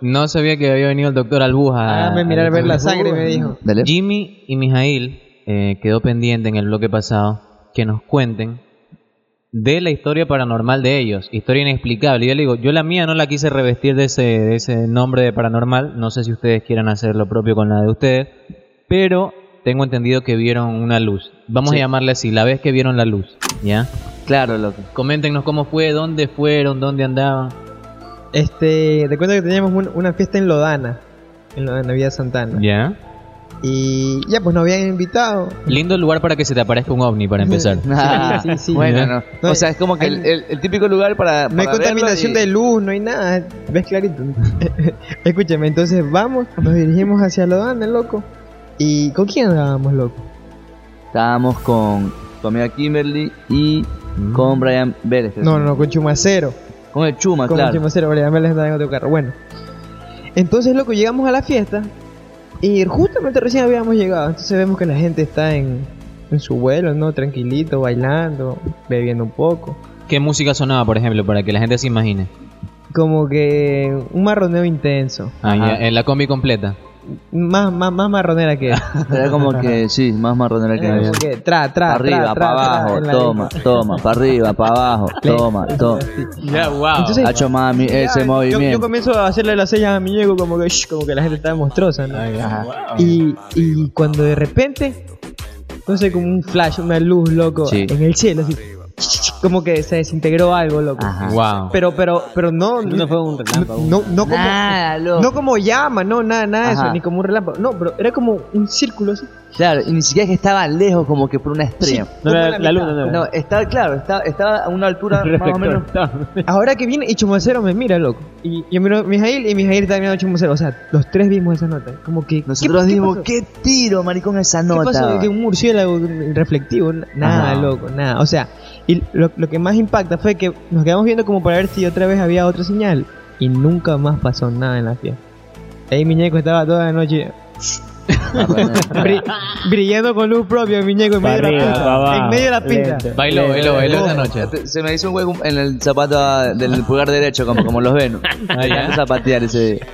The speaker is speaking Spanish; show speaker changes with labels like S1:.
S1: No sabía que había venido el doctor Albuja.
S2: Ah, me mirar ver la sangre, me dijo.
S3: Dale.
S1: Jimmy y Mijail eh, quedó pendiente en el bloque pasado que nos cuenten de la historia paranormal de ellos, historia inexplicable. Y yo le digo, yo la mía no la quise revestir de ese, de ese nombre de paranormal, no sé si ustedes quieran hacer lo propio con la de ustedes, pero tengo entendido que vieron una luz. Vamos a llamarle así, la vez que vieron la luz, ¿ya?
S3: Claro, loco.
S1: Coméntenos cómo fue, dónde fueron, dónde andaban.
S2: Este, recuerdo que teníamos un- una fiesta en Lodana, en la Navidad Santana.
S1: ¿Ya?
S2: Y ya, pues nos habían invitado.
S1: Lindo lugar para que se te aparezca un ovni para empezar.
S3: Ah,
S2: Sí, sí,
S3: bueno,
S1: ¿eh?
S3: no.
S2: No
S3: O
S2: hay-
S3: sea, es como que
S2: hay-
S3: el, el- el típico lugar para.
S2: No hay
S3: para verlo
S2: contaminación
S3: y-
S2: de luz, no hay nada. ¿Ves clarito? Escúchame, entonces vamos, nos dirigimos hacia Lodana, loco. ¿Y con quién andábamos, loco?
S3: Estábamos con tu amiga Kimberly y con Brian Vélez. creo.
S2: Mm. No, no, con Chumacero.
S3: Con el Chuma,
S2: Como
S3: Ah, claro.
S2: decimos, cero, vale, me las dan en otro carro. Bueno, entonces, loco, llegamos a la fiesta y justamente recién habíamos llegado. Entonces vemos que la gente está en, en su vuelo, ¿no? Tranquilito, bailando, bebiendo un poco.
S1: ¿Qué música sonaba, por ejemplo, para que la gente se imagine?
S2: Como que un marroneo intenso.
S1: Ah, ya,
S3: Ajá.
S1: en la combi completa.
S2: Más, más, más marronera que eso.
S3: Era como que, sí, más marronera que
S2: Era
S3: había.
S2: como que tra, Eh, tra,
S3: Para
S2: tra,
S3: arriba,
S2: tra,
S3: para
S2: tra,
S3: abajo,
S2: en la-
S3: toma, toma, para arriba, para abajo, toma, toma.
S1: Ya, wow.
S2: Entonces,
S3: Hacho mami, ese
S2: Ya, yo, yo
S3: movimiento.
S2: comienzo a hacerle las sellas a mi ego como que, "Shh", como que la gente está monstruosa, ¿no? y, y cuando de repente, no sé, como un flash, una luz, loco,
S3: Sí.
S2: en el cielo, así, como que se desintegró algo, loco.
S3: Ajá.
S1: Wow.
S2: Pero, pero, pero no,
S4: No fue un relámpago.
S2: no, no como,
S3: Nada, loco.
S2: no como llama, no, nada, nada de eso,
S3: Ajá.
S2: ni como un relámpago, no, pero era como un círculo así.
S3: Claro, y ni siquiera es que estaba lejos como que por una estrella.
S4: No,
S2: como
S4: la-
S2: la mitad.
S4: la luna, no.
S3: No, estaba claro, estaba, estaba a una altura
S4: Un
S3: más o menos.
S4: reflector. No.
S2: Ahora que viene y Chumacero me mira, loco. Y yo miro a Mijail y Mijail está mirando a Chumacero. O sea, los tres vimos esa nota. Como que. ¿qué-
S3: Nosotros
S2: qué
S3: dimos,
S2: pasó?
S3: ¿qué, tiro, maricón, esa
S2: ¿Qué
S3: nota?
S2: pasó de
S3: va?"
S2: que un murciélago reflectivo? N- Nada,
S3: Ajá.
S2: loco, nada. O sea, y lo, lo que más impacta fue que nos quedamos viendo como para ver si otra vez había otra señal. Y nunca más pasó nada en la fiesta. Ahí Miñeco estaba toda la noche
S1: Ah,
S2: bri- brillando con luz propia, Miñeco, en
S4: Pa'
S2: medio de
S4: Ah. arriba,
S2: la
S4: pa'
S2: pista.
S4: abajo,
S2: En medio de la pista.
S4: lento.
S1: Bailó, bailó, bailó esa
S3: Oh,
S1: noche.
S3: te- Se me hizo un hueco en el zapato ah, del pulgar derecho, como, como los ven.
S1: Ah, ya.
S3: Tenía que zapatear ese día.